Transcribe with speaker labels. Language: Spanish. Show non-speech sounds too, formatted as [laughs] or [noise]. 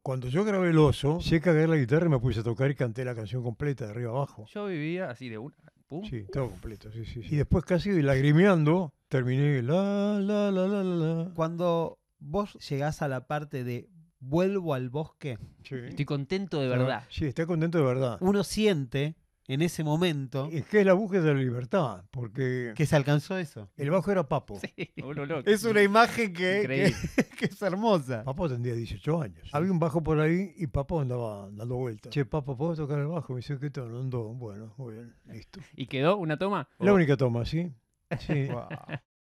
Speaker 1: Cuando yo grabé El Oso, sé cagar la guitarra y me puse a tocar y canté la canción completa, de arriba abajo.
Speaker 2: Yo vivía así de una. Pum.
Speaker 1: Sí, todo completo, sí, sí, sí. Uh. Y después casi lagrimeando, terminé la, la, la, la, la, la.
Speaker 3: Cuando vos llegás a la parte de vuelvo al bosque,
Speaker 1: Sí. Ah,
Speaker 2: Estoy contento de [laughs] verdad. Uh.
Speaker 1: Sí, está contento de verdad.
Speaker 3: uno siente en ese momento
Speaker 1: Es que es la búsqueda de la libertad, porque
Speaker 3: que se alcanzó eso.
Speaker 1: el bajo era Papo.
Speaker 2: Sí, me vuelvo loco.
Speaker 3: Es una imagen que,
Speaker 2: Increíble.
Speaker 3: que- que es [laughs] hermosa.
Speaker 1: Papo tendría 18 años. Había un bajo por ahí y Papo andaba dando vueltas. Che, Papo, ¿puedo tocar el bajo? Me dice, ¿qué tono? Un do. Bueno, muy bien, listo.
Speaker 2: Oh. ¿Y quedó una toma? [laughs]
Speaker 1: La única toma, ¿sí? Sí.
Speaker 3: Wow.